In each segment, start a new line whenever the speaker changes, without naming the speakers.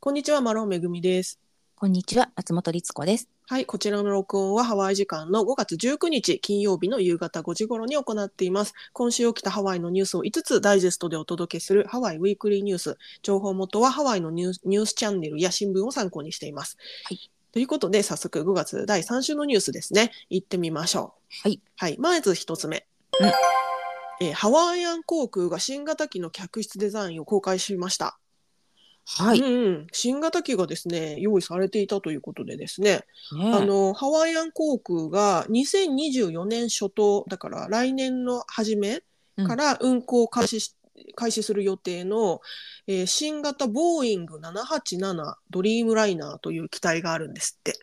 こんにちは、マロンめぐみです。
こんにちは、松本律子です。
はい、こちらの録音はハワイ時間の5月19日金曜日の夕方5時頃に行っています。今週起きたハワイのニュースを5つダイジェストでお届けするハワイウィークリーニュース。情報元はハワイのニュースニュースチャンネルや新聞を参考にしています。
はい
ということで、早速5月第3週のニュースですね。行ってみましょう。
はい。
はい、まず1つ目。
うん
えーハワイアン航空が新型機の客室デザインを公開しました。
は
うんうん、新型機がですね用意されていたということでですね、あ
ね
のハワイアン航空が2024年初頭だから来年の初めから運航を開始し開始する予定の、えー新型ボーイング787ドリームライナーという機体があるんですって。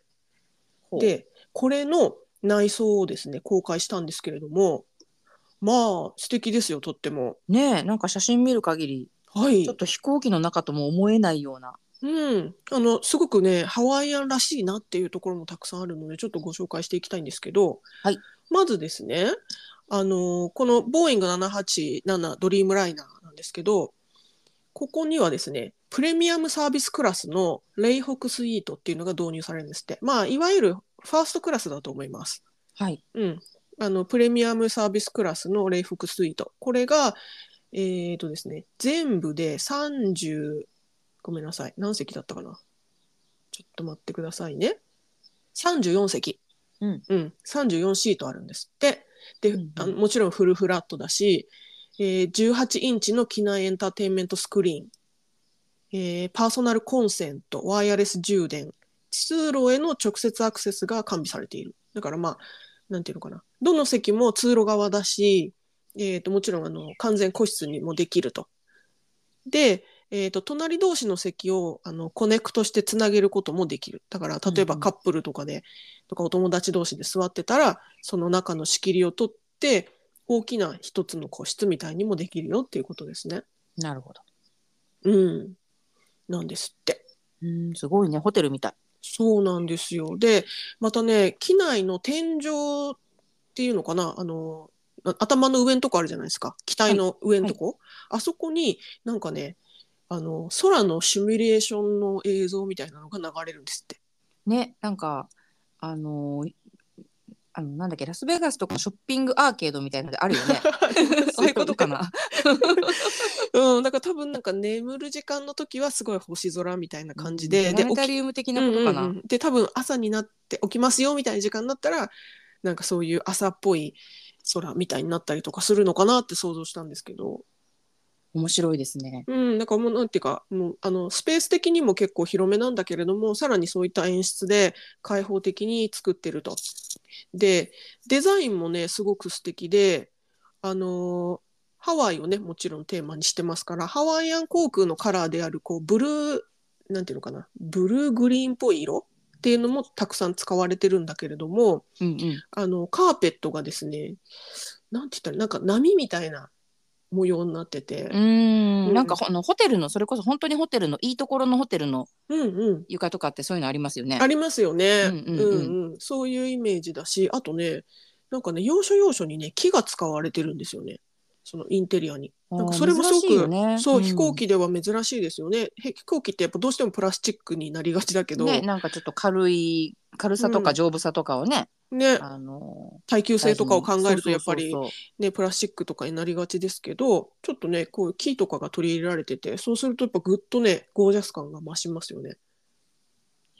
ほう
でこれの内装をですね公開したんですけれどもまあ素敵ですよとっても。
え、ねえ、なんか写真見る限り、
はい
ちょっと飛行機の中とも思えないような。
うん、あのすごくねハワイアンらしいなっていうところもたくさんあるのでちょっとご紹介していきたいんですけど、
はい
まずですねあのこのボーイング787ドリームライナーなんですけどここにはですねプレミアムサービスクラスのレイホクスイートっていうのが導入されるんですってまあいわゆるファーストクラスだと思います。
はい。
うん、あのプレミアムサービスクラスの礼服スイート。これが、えーとですね、全部で30、ごめんなさい、何席だったかな。ちょっと待ってくださいね。34席。
うん
34シートあるんですって。で、
うんうん
あのもちろんフルフラットだし、えー18インチの機内エンターテインメントスクリーン、えーパーソナルコンセント、ワイヤレス充電、通路への直接アクセスが完備されている。だからまあ、なんていうのかな。どの席も通路側だし、えー、ともちろんあの完全個室にもできると。で、えー、と隣同士の席をあのコネクトしてつなげることもできる。だから例えば
うんうん
カップルとかで、とかお友達同士で座ってたらその中の仕切りを取って大きな一つの個室みたいにもできるよっていうことですね。
なるほど。
うん。なんですって。
うん、すごいね、ホテルみたい。
そうなんですよ。で、またね、機内の天井っていうのかな、あの、あ頭の上のとこあるじゃないですか。機体の上のとこ。あそこになんかね、あの、空のシミュレーションの映像みたいなのが流れるんですって。
ね、なんか、あのーあの、なんだっけ、ラスベガスとかのショッピングアーケードみたいなのであ るよね。そういうことかな。
うん、だから多分なんか眠る時間の時はすごい星空みたいな感じで、
プ
で、
ラネタリウム的なことかな。
うんうんうんで多分朝になって起きますよみたいな時間になったらなんかそういう朝っぽい空みたいになったりとかするのかなって想像したんですけど、
面白いですね。
うん、なんかもうなんていうかもうあのスペース的にも結構広めなんだけれどもさらにそういった演出で開放的に作ってると。でデザインもねすごく素敵であのーハワイをねもちろんテーマにしてますからハワイアン航空のカラーであるこうブルーなんていうのかなブルーグリーンっぽい色っていうのもたくさん使われてるんだけれども
うんうん。
あのカーペットがですねなんて言ったらなんか波みたいな模様になってて
う。ーん、なんかほあのホテルのそれこそ本当にホテルのいいところのホテルの
うんうん
床とかってそういうのありますよね
あ。りますよね。
うん
う
うんうん
んうんそういうイメージだし、あとね、なんかね、要所要所にね、木が使われてるんですよね。そのインテリアに。なんかそれもすごく
あー珍しいよね
そう、
ん
飛行機では珍しいですよね。へ飛行機ってやっぱどうしてもプラスチックになりがちだけど、ね、
ね、なんかちょっと軽い軽さと
う
か
ん
丈夫さとかをね、あの
耐久
ー
性とかを考えるとやっぱり
そうそう
ね、プラスチックとかになりがちですけど、ちょっとね、こういう木とかが取り入れられてて、そうするとやっぱぐっとね、ゴージャス感が増しますよね。
そ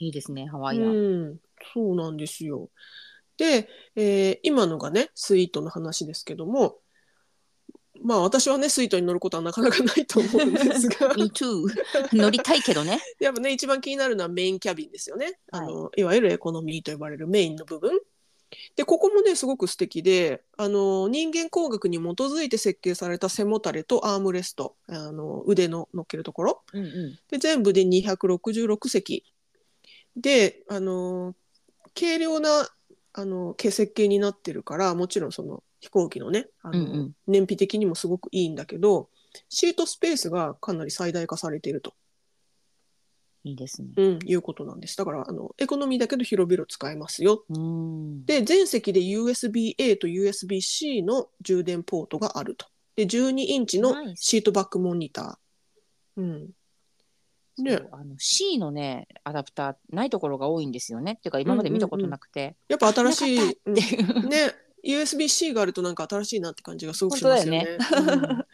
ういいですねハワイアン、
うん、そうなんですよ。で、えー今のがねスイートの話ですけどもまあ私はねスイートに乗ることはなかなかないと思うんですが
Me too 乗りたいけどね
やっぱね一番気になるのはメインキャビンですよね。あのいわゆるエコノミーと呼ばれるメインの部分。でここもねすごく素敵であの人間工学に基づいて設計された背もたれとアームレストあの腕の乗っけるところ
うんう
で全部で266席で、あのー軽量な、あのー設計になってるからもちろんその飛行機のね、あのー
うんうん
燃費的にもすごくいいんだけどシートスペースがかなり最大化されていると、
んいいですね
うん、いうことなんですだからあのエコノミーだけど広々使えますよ
うん
で全席で USB-A と USB-C の充電ポートがあるとで12インチの
ナイス
シートバックモニター、うん、ね
そうあの C のねアダプターないところが多いんですよねっていうか今まで見たことなくて、
やっぱ新しい、
なかったっていう
うんね、USB-C があるとなんか新しいなって感じがすごくしますよね。うん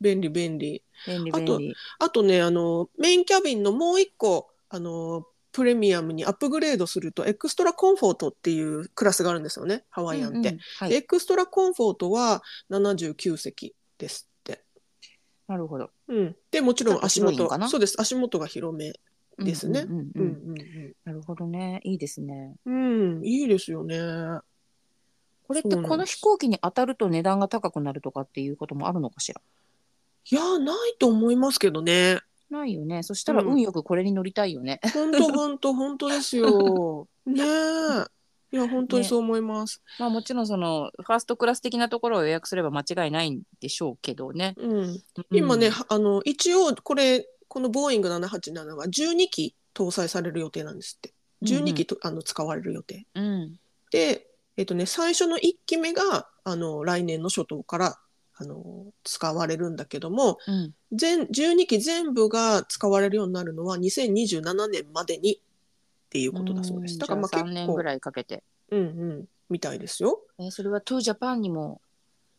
便利便利。
便利
あと
便利
あとね、あの、メインキャビンのもう一個、あの、プレミアムにアップグレードすると、エクストラコンフォートっていうクラスがあるんですよね、ハワイアンって。
うんうんはい
エクストラコンフォートは79席ですって。
なるほど
うん。で、もちろん足
ちょっと広い
元
のか、な
そうです、足元が広め。ですね
うんうんう
うん
うん
ん
なるほどねいいですね
うんうん。うん、いいですよね。
これって
そうなんです
この飛行機に当たると値段が高くなるとかっていうこともあるのかしら
いやー、ないと思いますけどね。
ないよねそしたら
うん
運よくこれに乗りたいよね、
本当本当本当ですよ。ねえ。いや、本当にそう思います。
まあもちろんそのファーストクラス的なところを予約すれば間違いないんでしょうけどね
うん。今ね、
うん
あの一応これこのボーイング787は12機搭載される予定なんですって12機と、あの使われる予定
うん
で、えっとね、最初の1機目があの来年の初頭からあの使われるんだけども
うん
全12機全部が使われるようになるのは2027年までにっていうことだそうですだからまあ
じゃあ3
結
年
構
ぐらいかけて、
うんうんみたいですよ
えーそれは to Japan にも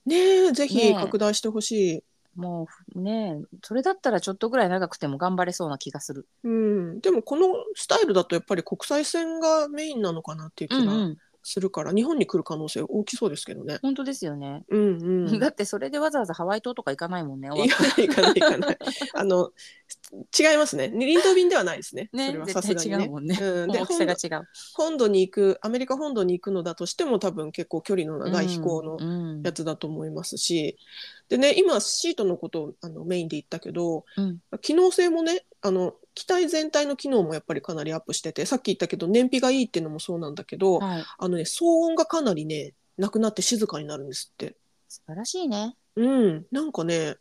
ねえぜひ
ねえ
拡大してほしい、
もうねそれだったらちょっとぐらい長くても頑張れそうな気がする。
うん、でもこのスタイルだとやっぱり国際線がメインなのかなっていう気
う
が
ん
するから、日本に来る可能性大きそうですけどね。
本当ですよね、
うんうん。い
だ
や
ってそれでわざわざハワイ島とか行かないもんね。終わっ
いかないいか ない。あの違いますね。臨島便ではないですね。そ
ね
れはさす
絶
がにね。
対違うもんね。
うん、で
大き
本
さが
土
違う。
本土に行くアメリカ本土に行くのだとしても多分結構距離の長い飛行の
うん
やつだと思いますし、でね今シートのことをあのメインで言ったけど、
うん
機能性もねあの機体全体の機能もやっぱりかなりアップしててさっき言ったけど燃費がいいっていうのもそうなんだけど、
はい、
あのね騒音がかなりねなくなって静かになるんですって。
素晴らしいね。
うん、なんかね、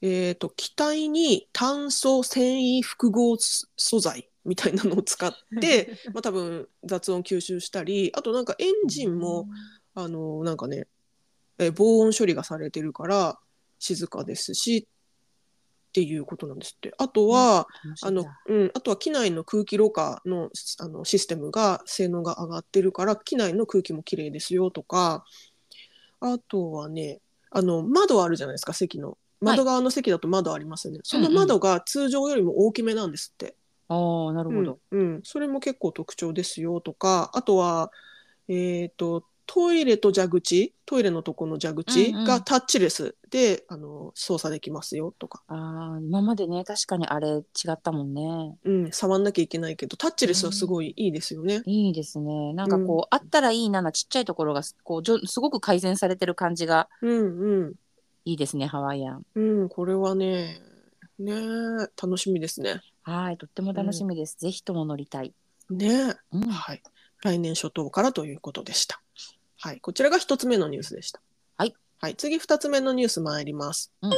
えー、と機体に炭素繊維複合素素材みたいなのを使って、まあ、多分雑音吸収したりあとなんかエンジンも、あのなんかね、えー防音処理がされてるから静かですしっていうことなんですってあとは、
楽し
あ
みだ
のうん、あとは機内の空気ろ過のあのシステムが性能が上がってるから機内の空気もきれいですよとかあとはねあの窓あるじゃないですか席の窓側の席だと窓ありますよね、その窓が通常よりも大きめなんですって。
ああなるほど。
うんうん、それも結構特徴ですよとかあとは、えー、とトイレと蛇口トイレのとこの蛇口
うんうん
がタッチレスで、あの操作できますよとか、
ああ今までね確かにあれ違ったもんね。
うん、触んなきゃいけないけどタッチレスはすごいいいですよね。
いいですね。なんかこう、あったらいいななちっちゃいところがこうじょすごく改善されてる感じが
うん
いいですねハワイアン。
うんうん、これはねねえ楽しみですね。
はい、とっても楽しみです。ぜひとも乗りたい。
ねえ
うんは
はい、来年初頭からということでした。はい、こちらが一つ目のニュースでした。
はい、
はい、次二つ目のニュース参ります。
うん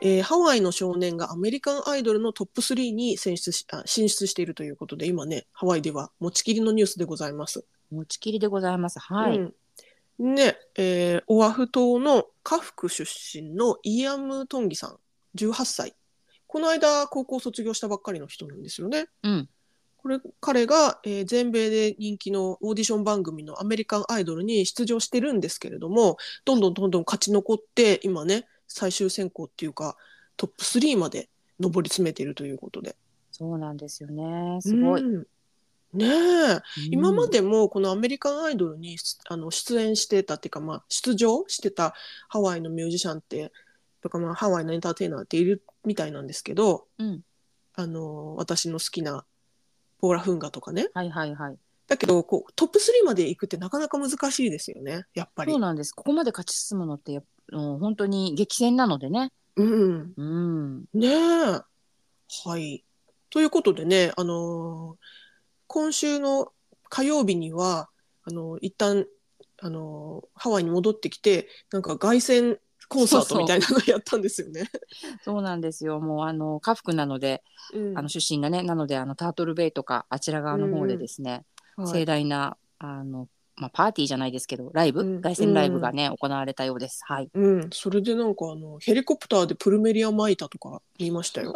えーハワイの少年がアメリカンアイドルのトップ3に選出しあ進出しているということで、今ね、ハワイでは持ちきりのニュースでございます。
持ちきりでございます。はい。
うんね、えーオアフ島のカフク出身のイアム・トンギさん、18歳。この間、高校卒業したばっかりの人なんですよね。
うん。
これ彼が、えー全米で人気のオーディション番組のアメリカンアイドルに出場してるんですけれどもどんどんどんどん勝ち残って今ね最終選考っていうかトップ3まで上り詰めているということで
そうなんですよね。すごい。
うんねえ今ま
うん
でもこのアメリカンアイドルに出あの出演してたっていうか、まあ、出場してたハワイのミュージシャンってとか、まあ、ハワイのエンターテイナーっているみたいなんですけど、
うん
あの私の好きなポーラフンガとかね
はいはいはい。
だけどこうトップ3まで行くってなかなか難しいですよねやっぱり
そう。なんです。ここまで勝ち進むのってやっぱもう本当に激戦なのでね。
うん、
うん。
ねえはいということでね、あのー今週の火曜日にはあのー一旦、あのーハワイに戻ってきてなんか凱旋コンサートみたいなのやったんですよね。
そうなんですよ。もうあの家福なので、
うん
あの出身がねなのであのタートルベイとかあちら側の方でですね、
はい
盛大なあのまあ、パーティーじゃないですけどライブ、
うん
凱旋ライブがね、行われたようです。はい、
うん、それでなんかあのヘリコプターでプルメリア撒いたとか言いました よ。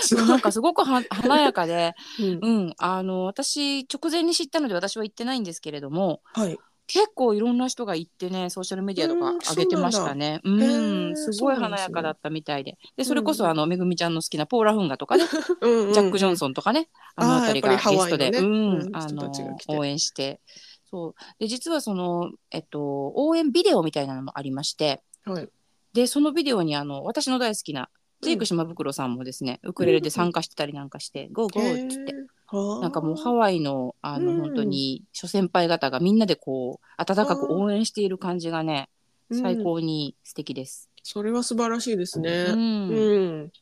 すごい
なんかすご くは華やかで、
うん
うん、あの私直前に知ったので私は行ってないんですけれども
はい。
結構いろんな人が行ってねソーシャルメディアと
うん
か上げてましたね。うん
だへー
すご
そうな
い
ん
華
ですね
やかだったみたいででそれこ
う
そ
ん
あのめぐみちゃんの好きなポーラ・フンガとかね、
うんうん
ジャック・ジョンソンとかね、あの
あー
辺りが
や
ゲ
っぱりハワ
ス
イの
ト
ね
で、
う
うんん、あ
人た
の
ちが来て
応援して、そうで実はそのえっと応援ビデオみたいなのもありまして、
はい。
でそのビデオにあの私の大好きなジェイク島袋さんもですね、ウクレレで参加してたりなんかして、ゴーゴーっつって、
な
なんかもうハワイのあの、
うん
本当に諸先輩方がみんなでこう温かく応援している感じがね、最高に素敵です。
それは素晴らしいです
う、
ね。うんん。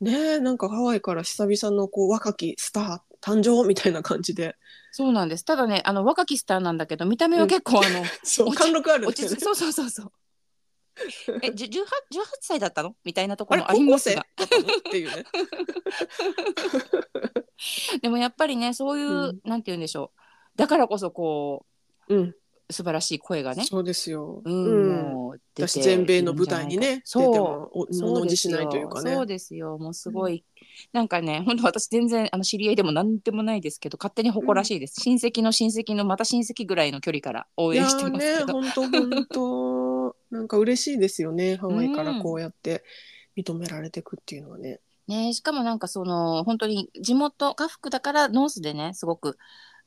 ねえなんかハワイから久々のこう若きスター誕生みたいな感じ で。
そうなんです。ただね、あの若きスターなんだけど、見た目は結構あ の、
そう
落ち
貫禄あるん
落
です
ち
よね
着き。そうそうそうそう。え、じゅ18 18歳だったのみたいなとこ
あ
ろ
れ
もあ
高
りま
校
す
生
が、
だったのっていうね。
でもやっぱりね、そういう、
うん
なんて言うんでしょう。だからこそこ
うん。
う素晴らしい声がね、
そうですよ。
うん、
うん。
もう出て
私全米の舞台にね出て
そう
もお物
そう
お
で
じ
す
し
よ
ないというかね。
そうですよ、もうすごい、なんかね、本当私全然あの知り合いでもなんでもないですけど、勝手に誇らしいです。親戚の親戚のまた親戚ぐらいの距離から応
いや
援して
ー
ます
ね
けど、
本当本当なんか嬉しいですよねハワイからこうやって認められてくっていうのはね。
ねしかもなんかその本当に地元家福だからノースでね、すごく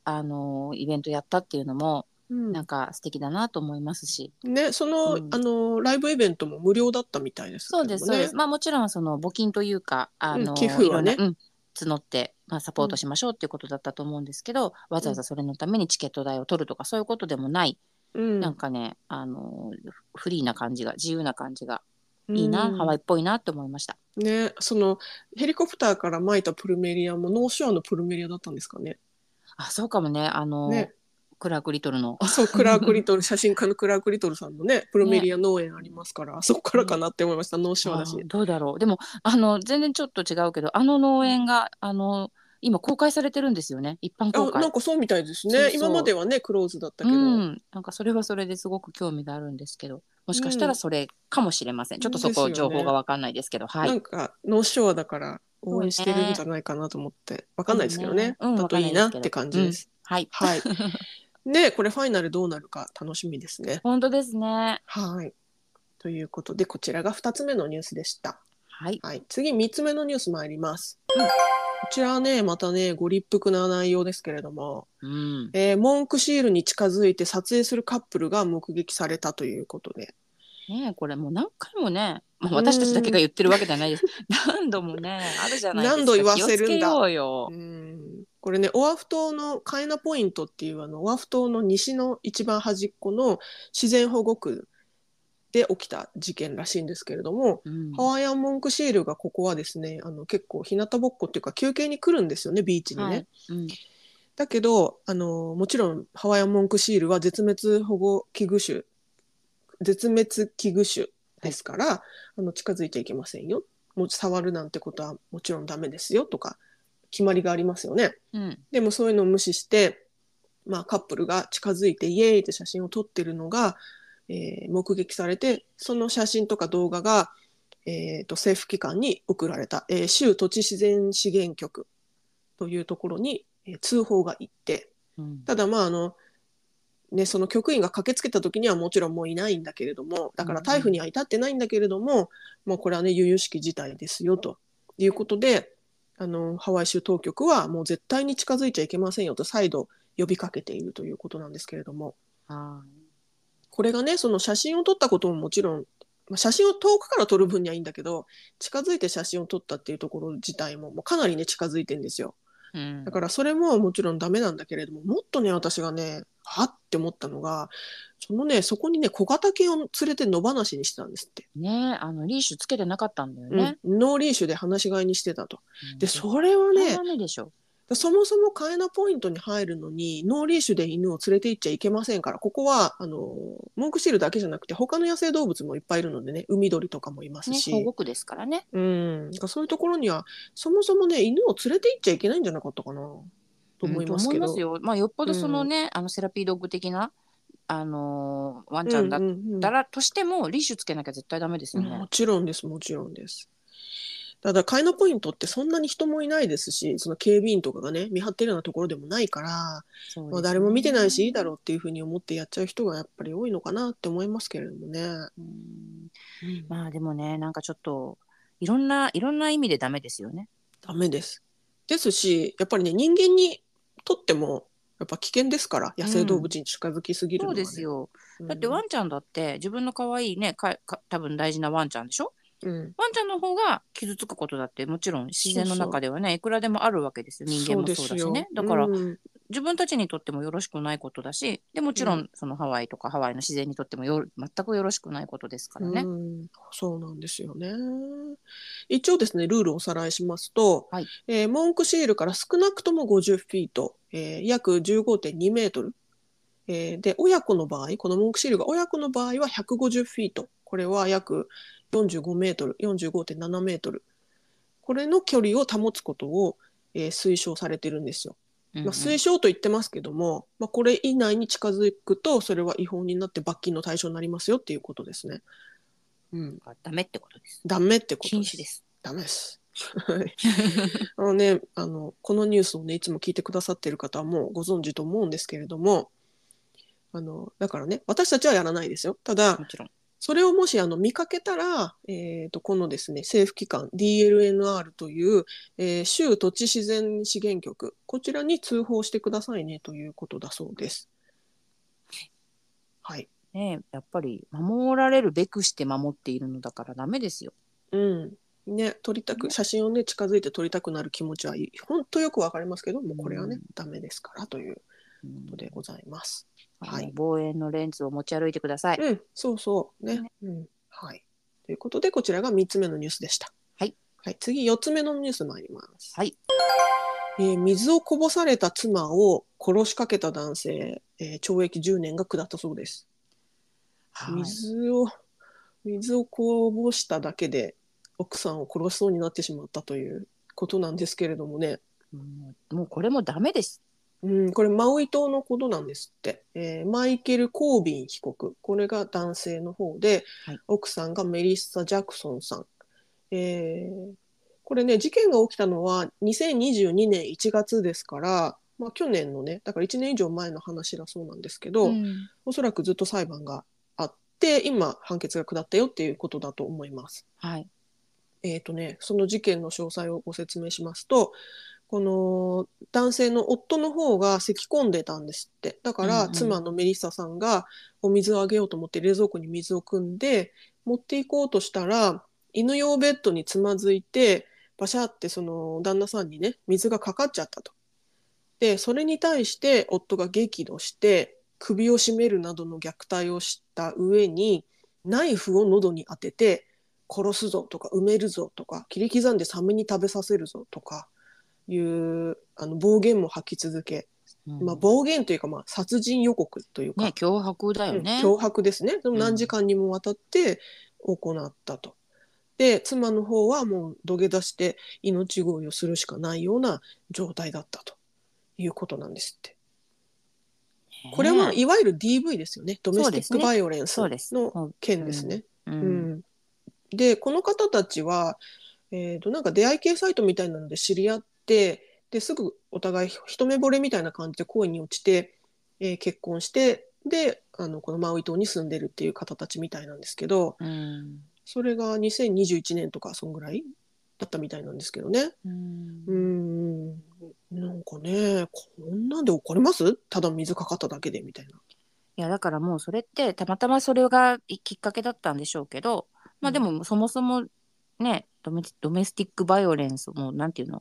あのイベントやったっていうのも
うん
なんか素敵だなと思いますし、
ねその、
うん
あのライブイベントも無料だったみたいですけど
そう
ね。
ですそうです。まあもちろんその募金というかあの、
うん寄付はね
いろんなうん募って、まあ、サポートしましょうっていうことだったと思うんですけど、わざわざそれのためにチケット代を取るとかそういうことでもない、
うん
なんかねあのフリーな感じが自由な感じがいいな、ハワイっぽいなって思いました。
イねそのヘリコプターから撒いたプルメリアもノーショアのプルメリアだったんですかね。
あそうかもねあの
ね
クラークリトルの。
あそうクラークリトル写真家のクラークリトルさん のねプルメリア農園ありますから、あそこからかなって思いましたノーショアだし
あ。どうだろうでもあの全然ちょっと違うけどあの農園があの今公開されてるんですよね一般公
あ
開
なんかそうみたいですね
そうそう
今まではねクローズだったけど、
うん、なんかそれはそれですごく興味があるんですけどもしかしたらそれかもしれませ
う
ん、
ん
ちょっとそ
ですよ
こ
ね
情報が分かんないですけど、は
ないんかノーショアだから応援してるんじゃないかなと思って、わかんないですけどね、
うんうん
だといいなって感じです。
はい
はい。でこれファイナルどうなるか楽しみですね。
本当ですね
はい。ということでこちらが2つ目のニュースでした。
はい
はい、次3つ目のニュース参ります。こちらはねまたねご立腹な内容ですけれども、
うん
えー文句シールに近づいて撮影するカップルが目撃されたということで
ねえこれもう何回もね、まあ、私たちだけが言ってるわけじゃないです 何度もねあるじゃないですか
何度言わせるんだ
気をつけようよ
うんこれねオアフ島のカエナポイントっていうあのオアフ島の西の一番端っこの自然保護区で起きた事件らしいんですけれども、
うん
ハワイアン文句シールがここはですねあの結構日向ぼっこっていうか休憩に来るんですよねビーチにね。
はいうん
だけどあのもちろんハワイアン文句シールは絶滅保護危惧種絶滅危惧種ですから、あの近づいていけませんよもう触るなんてことはもちろんダメですよとか決まりがありますよね。
うん
でもそういうのを無視して、まあ、カップルが近づいてイエーイって写真を撮ってるのが、えー目撃されてその写真とか動画が、えーと政府機関に送られた、えー州土地自然資源局というところに、えー通報が行って
うん
ただまああのね、その局員が駆けつけた時にはもちろんもういないんだけれどもだから逮捕には至ってないんだけれども、もうこれはね由々しき事態ですよということであのハワイ州当局はもう絶対に近づいちゃいけませんよと再度呼びかけているということなんですけれども
は
これがねその写真を撮ったことももちろん、まあ、写真を遠くから撮る分にはいいんだけど近づいて写真を撮ったっていうところ自体ももうかなりね近づいてんですよ。
いうん
だからそれももちろんダメなんだけれどももっとね私がねはって思ったのがそのねそこにね小型犬を連れて野放しにしてたんですって、
ねえあのリーシュつけてなかったんだよ
うん
ね、
ノーリーシュで放し飼いにしてたと
うん
でそれはね
ダメでしょ
そもそもカエナポイントに入るのにノーリーシュで犬を連れて行っちゃいけませんからここはあのモンクシールだけじゃなくて他の野生動物もいっぱいいるのでね海鳥とかもいます
ね
し、
保護区ですからね
うん、だからそういうところにはそもそもね犬を連れて行っちゃいけないんじゃなかったかなと思いますけ
うん
ど。
と思いますよ。まあよっぽどその
うん
ね、あのセラピードッグ的なあのーワンちゃんだっ
うんうんうん
たら、としてもリッシュつけなきゃ絶対ダメですよね。
もちろんです、もちろんです。ただ、買いのポイントってそんなに人もいないですし、その警備員とかがね、見張ってるようなところでもないから、
そうですね
まあ、誰も見てないし、いいだろうっていうふうに思ってやっちゃう人がやっぱり多いのかなって思いますけれどもね。
うんまあでもねなんかちょっといろんないろんな意味でダメですよね。
ダメです。ですし、やっぱりね、人間にとっても、やっぱ危険ですから、野生動物に近づきすぎるの
そ
は
う
ね、
ですよ。
うん。
だってワンちゃんだって自分の可愛いねかか多分大事なワンちゃんでしょ
うん、
ワンちゃんの方が傷つくことだってもちろん自然の中ではねいくらでもあるわけですよ人間もそうだし
そうです
ね
よ
だから、
うん
自分たちにとってもよろしくないことだしでもちろ
うん
そのハワイとかハワイの自然にとってもよ全くよろしくないことですからね。
うん、そうなんですよね。一応ですね、ルールをおさらいしますと、
はい
えー文句シールから少なくとも50フィート、えー約15.2メートル、えーで、親子の場合、この文句シールが親子の場合は150フィート、これは約45メートル、45.7メートル、これの距離を保つことを、えー推奨されてるんですよ。
うんうん
まあ、推奨と言ってますけども、まあ、これ以内に近づくとそれは違法になって罰金の対象になりますよっていうことですね。うん、
ダメってことです。
ダメってこと。
禁止ですす。
ダメ です。はいあのね、あのこのニュースをねいつも聞いてくださってる方はもうご存知と思うんですけれどもあのだからね私たちはやらないですよただ
もちろん。
それをもしあの見かけたら、えー、とこのですね政府機関 DLNR という、えー州土地自然資源局こちらに通報してくださいねということだそうです。はい、
ねやっぱり守られるべくして守っているのだからダメですよ。
うんね、撮りたく写真をね近づいて撮りたくなる気持ちはいい本当よくわかりますけどもうこれはね、
うん
ダメですからという
うん
ことでございます。
あ
は
の
い、
望遠のレンズを持ち歩いてください。
うん、そうそうね。
ね
うん、はい。ということで、こちらが三つ目のニュースでした。
はい。
はい、次四つ目のニュース参ります。
はい。
えー水をこぼされた妻を殺しかけた男性、えー懲役10年が下ったそうです。
はい
水を水をこぼしただけで奥さんを殺しそうになってしまったということなんですけれどもね。
もうもうこれもダメです。
うん、これマウイ島のことなんですって、えーマイケル・コービン被告これが男性の方で、
はい
奥さんがメリッサ・ジャクソンさん、えーこれね事件が起きたのは2022年1月ですから、まあ、去年のねだから1年以上前の話だそうなんですけど、
うん
おそらくずっと裁判があって今判決が下ったよっていうことだと思います。
はい。
えーとね、その事件の詳細をご説明しますとこの男性の夫の方が咳き込んでたんですってだか
うん
ら
うん
妻のメリッサさんがお水をあげようと思って冷蔵庫に水を汲んで持っていこうとしたら犬用ベッドにつまずいてバシャってその旦那さんにね水がかかっちゃったと。でそれに対して夫が激怒して首を絞めるなどの虐待をした上にナイフを喉に当てて殺すぞとか埋めるぞとか切り刻んでサメに食べさせるぞとかいうあの暴言も吐き続け、
うん
まあ、暴言というか、まあ、殺人予告というか、
ね脅迫だよね。
うん脅迫ですね。でも何時間にもわたって行ったと。で妻の方はもう土下座して命乞いをするしかないような状態だったということなんですって。
ね
これはいわゆる DV ですよね。ドメス
そう
ティ
で
ッ
す
ク
ね
バイオレンス
そうです。
の
も
件ですね。
うう
うんんでこの方たちは、えー、となんか出会い系サイトみたいなので知り合ってですぐお互い一目惚れみたいな感じで恋に落ちて、えー結婚してであのこのマウイ島に住んでるっていう方たちみたいなんですけど
うん
それが2021年とかそんぐらいだったみたいなんですけどね。
うん
うーんなんかねこんなんで怒りますただ水かかっただけでみたいな。
いやだからもうそれってたまたまそれがいきっかけだったんでしょうけどまあでもそもそもねドメドメスティックバイオレンスもなんていうの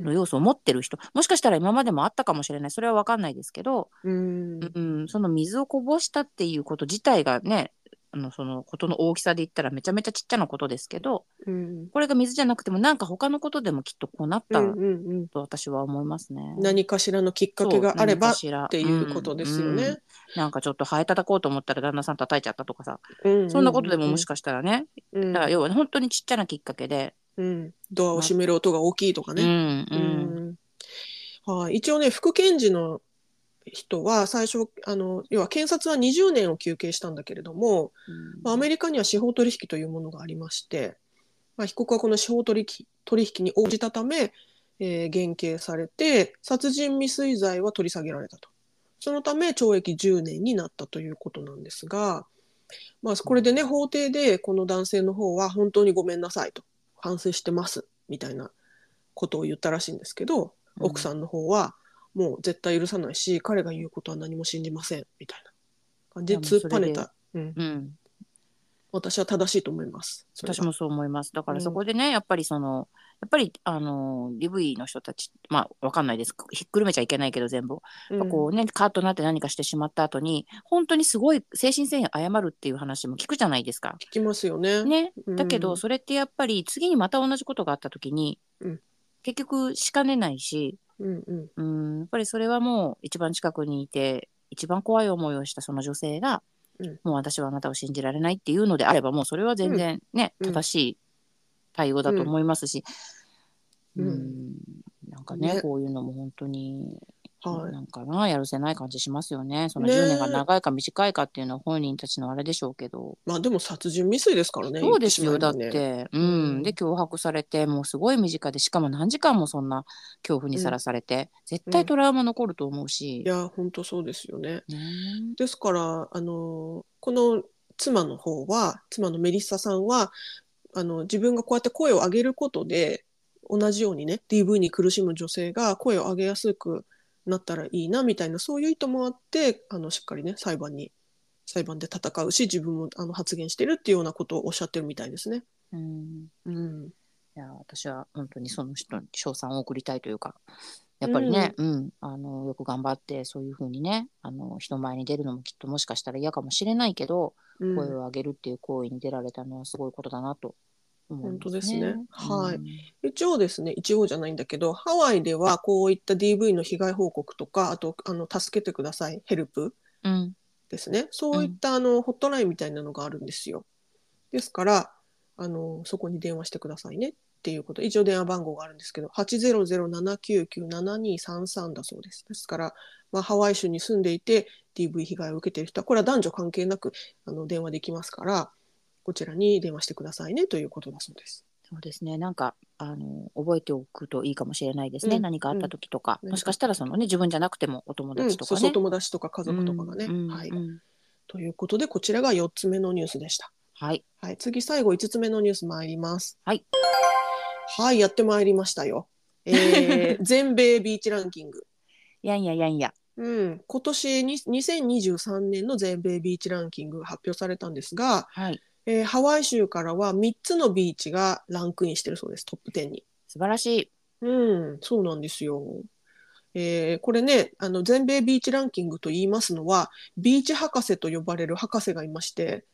うん
の要素を持ってる人もしかしたら今までもあったかもしれないそれは分かんないですけど、
うーん
うん、その水をこぼしたっていうこと自体がねあのそのことの大きさで言ったらめちゃめちゃちっちゃなことですけど
うん
これが水じゃなくてもなんか他のことでもきっとこうなっ
う
た
んうんうん
と私は思いますね。
何かしらのきっかけがあればっていうことですよね。
なんかちょっとハエ叩こうと思ったら旦那さん叩いちゃったとかさ、そ
そ
んなことでももしかしたらね、
うんうん
だから要は本当にちっちゃなきっかけで、
うん、ドアを閉める音が大きいとか
う
ね。
んうん
うんはい、一応ね副検事の人は最初あの要は検察は20年を求刑したんだけれども、まあアメリカには司法取引というものがありまして、まあ、被告はこの司法取引取引に応じたため、えー減刑されて殺人未遂罪は取り下げられたとそのため懲役10年になったということなんですが、まあ、これでね法廷でこの男性の方は本当にごめんなさいと反省してますみたいなことを言ったらしいんですけど
うん
奥さんの方はもう絶対許さないし彼が言うことは何も信じませんみたいな感じで
いやも
突
う
っぱね
そ
た。うん
うん、
私は正しいと思います。それが
私もそう思いますだか
う
ら
ん
そこでね、やっぱりそのやっぱりあの DV の人たちまあわかんないですひっくるめちゃいけないけど全部やっぱこうね、カーッとなって何かしてしまった後に本当にすごい精神性に謝るっていう話も聞くじゃないですか。
聞きますよね。
ね、
うん
だけどそれってやっぱり次にまた同じことがあった時に、
うん
結局しかねないし
うんうん
うんやっぱりそれはもう一番近くにいて一番怖い思いをしたその女性が、
うん
もう私はあなたを信じられないっていうのであればもうそれは全然ね、
うん
正しい対応だと思いますし、
うん
うんなんかね
ね
こういうのも本当に
はい。
なんかなやるせない感じしますよね。その
ねえ
10年が長いか短いかっていうのは本人たちのあれでしょうけど。
まあでも殺人未遂ですからね。
そうですよ、
言
だって
しまえばね。
うん。で、脅迫されて、もうすごい身近で、しかも何時間もそんな恐怖にさらされて、絶対トラウマ残ると思うし
い。や本当そうですよね。
ね
ですからあのこの妻の方は妻のメリッサさんはあの自分がこうやって声を上げることで同じようにね DV に苦しむ女性が声を上げやすくなったらいいなみたいなそういう意図もあってあのしっかりね裁判に裁判で戦うし自分もあの発言してるっていうようなことをおっしゃってるみたいですね。
えうん。
うん、
いや、私は本当にその人に称賛を送りたいというか、やっぱりね、うん、あの、よく頑張って、そういうふうにね、あの、人前に出るのもきっともしかしたら嫌かもしれないけど、
うん
声を上げるっていう行為に出られたのはすごいことだなと思います、ね。
本当ですねはい
うん
一応ですね、一応じゃないんだけど、ハワイではこういった DV の被害報告とか、あと、あの、助けてください、ヘルプ
うん。
ですね。そういった、あの、ホットラインみたいなのがあるんですよ。ですから、あの、そこに電話してくださいねっていうこと。一応電話番号があるんですけど、800-799-7233だそうです。ですから、まあ、ハワイ州に住んでいて DV 被害を受けている人は、これは男女関係なく、あの、電話できますから、こちらに電話してくださいねということだそうです。
そうですね。なんか、あの、覚えておくといいかもしれないですね。
うん
何かあった時とか、
うん
もしかしたら、そのね、自分じゃなくても、お友
うん、
達と
そ
か
う
ね。
そう、友達とか家族とかがね。
うんうん
はい。
うん
ということで、こちらが4つ目のニュースでした。
はい。
はい、次、最後5つ目のニュース参ります。
はい。
はい、やってまいりましたよ。えー全米ビーチランキング。
やんややんや。
うん、今年に2023年の全米ビーチランキングが発表されたんですが、
はい。
えーハワイ州からは3つのビーチがランクインしてるそうです、トップ10に。
素晴らしい。
うん、そうなんですよ。えーこれね、あの全米ビーチランキングと言いますのは、ビーチ博士と呼ばれる博士がいま して、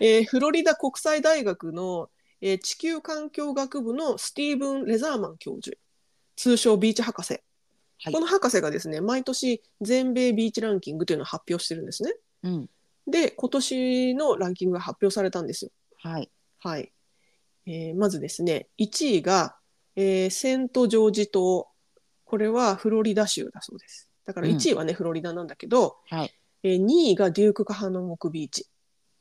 えーフロリダ国際大学の、えー地球環境学部のスティーブン・レザーマン教授、通称ビーチ博士。
はい
この博士がですね、毎年全米ビーチランキングというのを発表してるんですね。
うん。
で、今年のランキングが発表されたんですよ
はい。
はい。えーまずですね、1位が、えーセント・ジョージ島。これはフロリダ州だそうです。だから1位はね、フロリダなんだけど、
はい。
えー2位がデューク・カハノモクビーチ。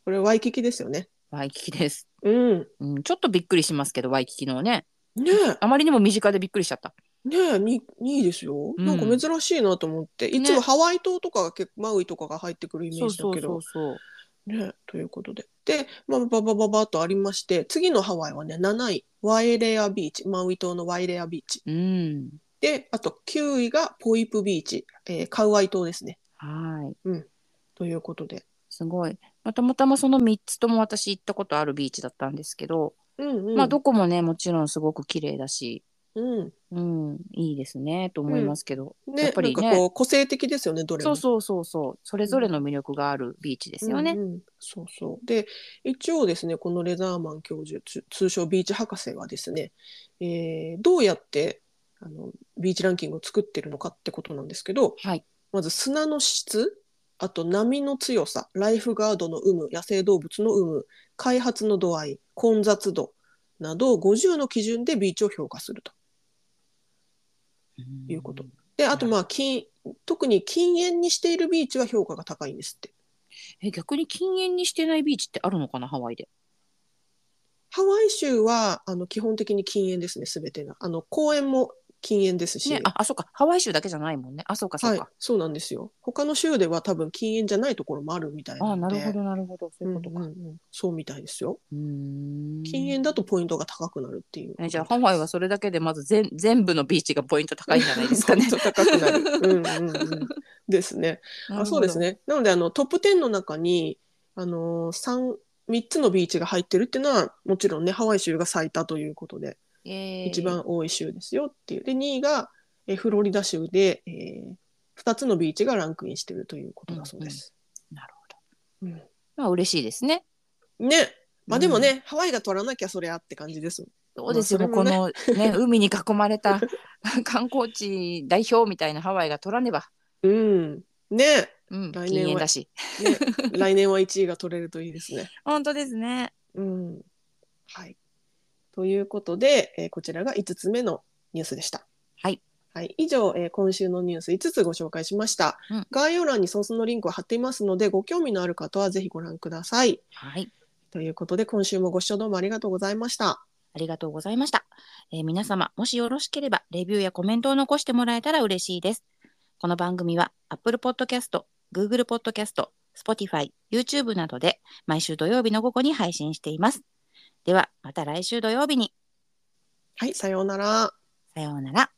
これワイキキですよね。
ワイキキです。
うん。
うん、ちょっとびっくりしますけど、ワイキキのね。
ね
あまりにも身近でびっくりしちゃった。
え、ねえ、に2位ですよ。
うん
なんか珍しいなと思って。いつも
ね
ハワイ島とかが結構マウイとかが入ってくるイメ
そ
ー
う
ジだ
そう
け
そ
ど
う。そう。
ね、ということで。で、まあ、ばばばばっとありまして、次のハワイはね、7位、ワイレアビーチ、マウイ島のワイレアビーチ。
うん。
で、あと9位がポイプビーチ、えーカウアイ島ですね。
はい。
ということで。
すごい。まあたまたまその3つとも私行ったことあるビーチだったんですけど、
うんうん。
まあどこもね、もちろんすごく綺麗だし、
うん。
うん、いいですねと思いますけど、
ね、
やっぱりね
なんかこう、個性的ですよね、どれ
そ
も。
うそうそうそうそれぞれの魅力があるビーチですよね。
うんうんそうそう。で、一応ですね、このレザーマン教授、つ通称ビーチ博士はですね、えーどうやってあのビーチランキングを作ってるのかってことなんですけど、
はい、
まず砂の質、あと波の強さ、ライフガードの有無、野生動物の有無、開発の度合い、混雑度など50の基準でビーチを評価するということであとまあ禁特に禁煙にしているビーチは評価が高いんですって
え逆に禁煙にしてないビーチってあるのかなハワイで
ハワイ州はあの基本的に禁煙ですねすべてがあの公園も禁煙ですし、
ねああそうかハワイ州だけじゃないもんねあそうかそう
はい
か、、
そうなんですよ他の州では多分禁煙じゃないところもあるみたいな
あ
の
な
で
るほどなるほどそういうことか、
う
うん
うんうんそうみたいですよ
ーん
禁煙だとポイントが高くなるっていう
えじゃあハワイはそれだけでまず全全部のビーチがポイント高いんじゃないですか ね
ポイン。ト高くなる、うんうんうん、ですねあそうです
ね。
ね。なのであのトップ10の中にあの三三つのビーチが入ってるっていうのはもちろんねハワイ州が最多ということで、
えー
一番多い州ですよっていうで2位がえフロリダ州で、えー、2つのビーチがランクインしてるということだそうです。
なるほど。
うん
まあ嬉しいですね。
ねまあでもね、
う
ハワイが取らなきゃそりゃって感じですもん。
そうですよ、
まあそ
こ
れ
のね海に囲まれた 観光地代表みたいなハワイが取らねば、
うんね
うん、
来年は
禁煙だし。
ね来年は1位が取れるといいです ね。
本当ですね。
うんはい、ということで、えーこちらが5つ目のニュースでした。
はい、
はい、以上、えー今週のニュース5つご紹介しました、
うん
概要欄にソースのリンクを貼っていますのでご興味のある方はぜひご覧ください。
はい。
ということで今週もご視聴どうもありがとうございました。
ありがとうございました。えー皆様、もしよろしければ、レビューやコメントを残してもらえたら嬉しいです。この番組は、Apple Podcast、Google Podcast、Spotify、YouTube などで、毎週土曜日の午後に配信しています。では、また来週土曜日に。
はい、さようなら。
さようなら。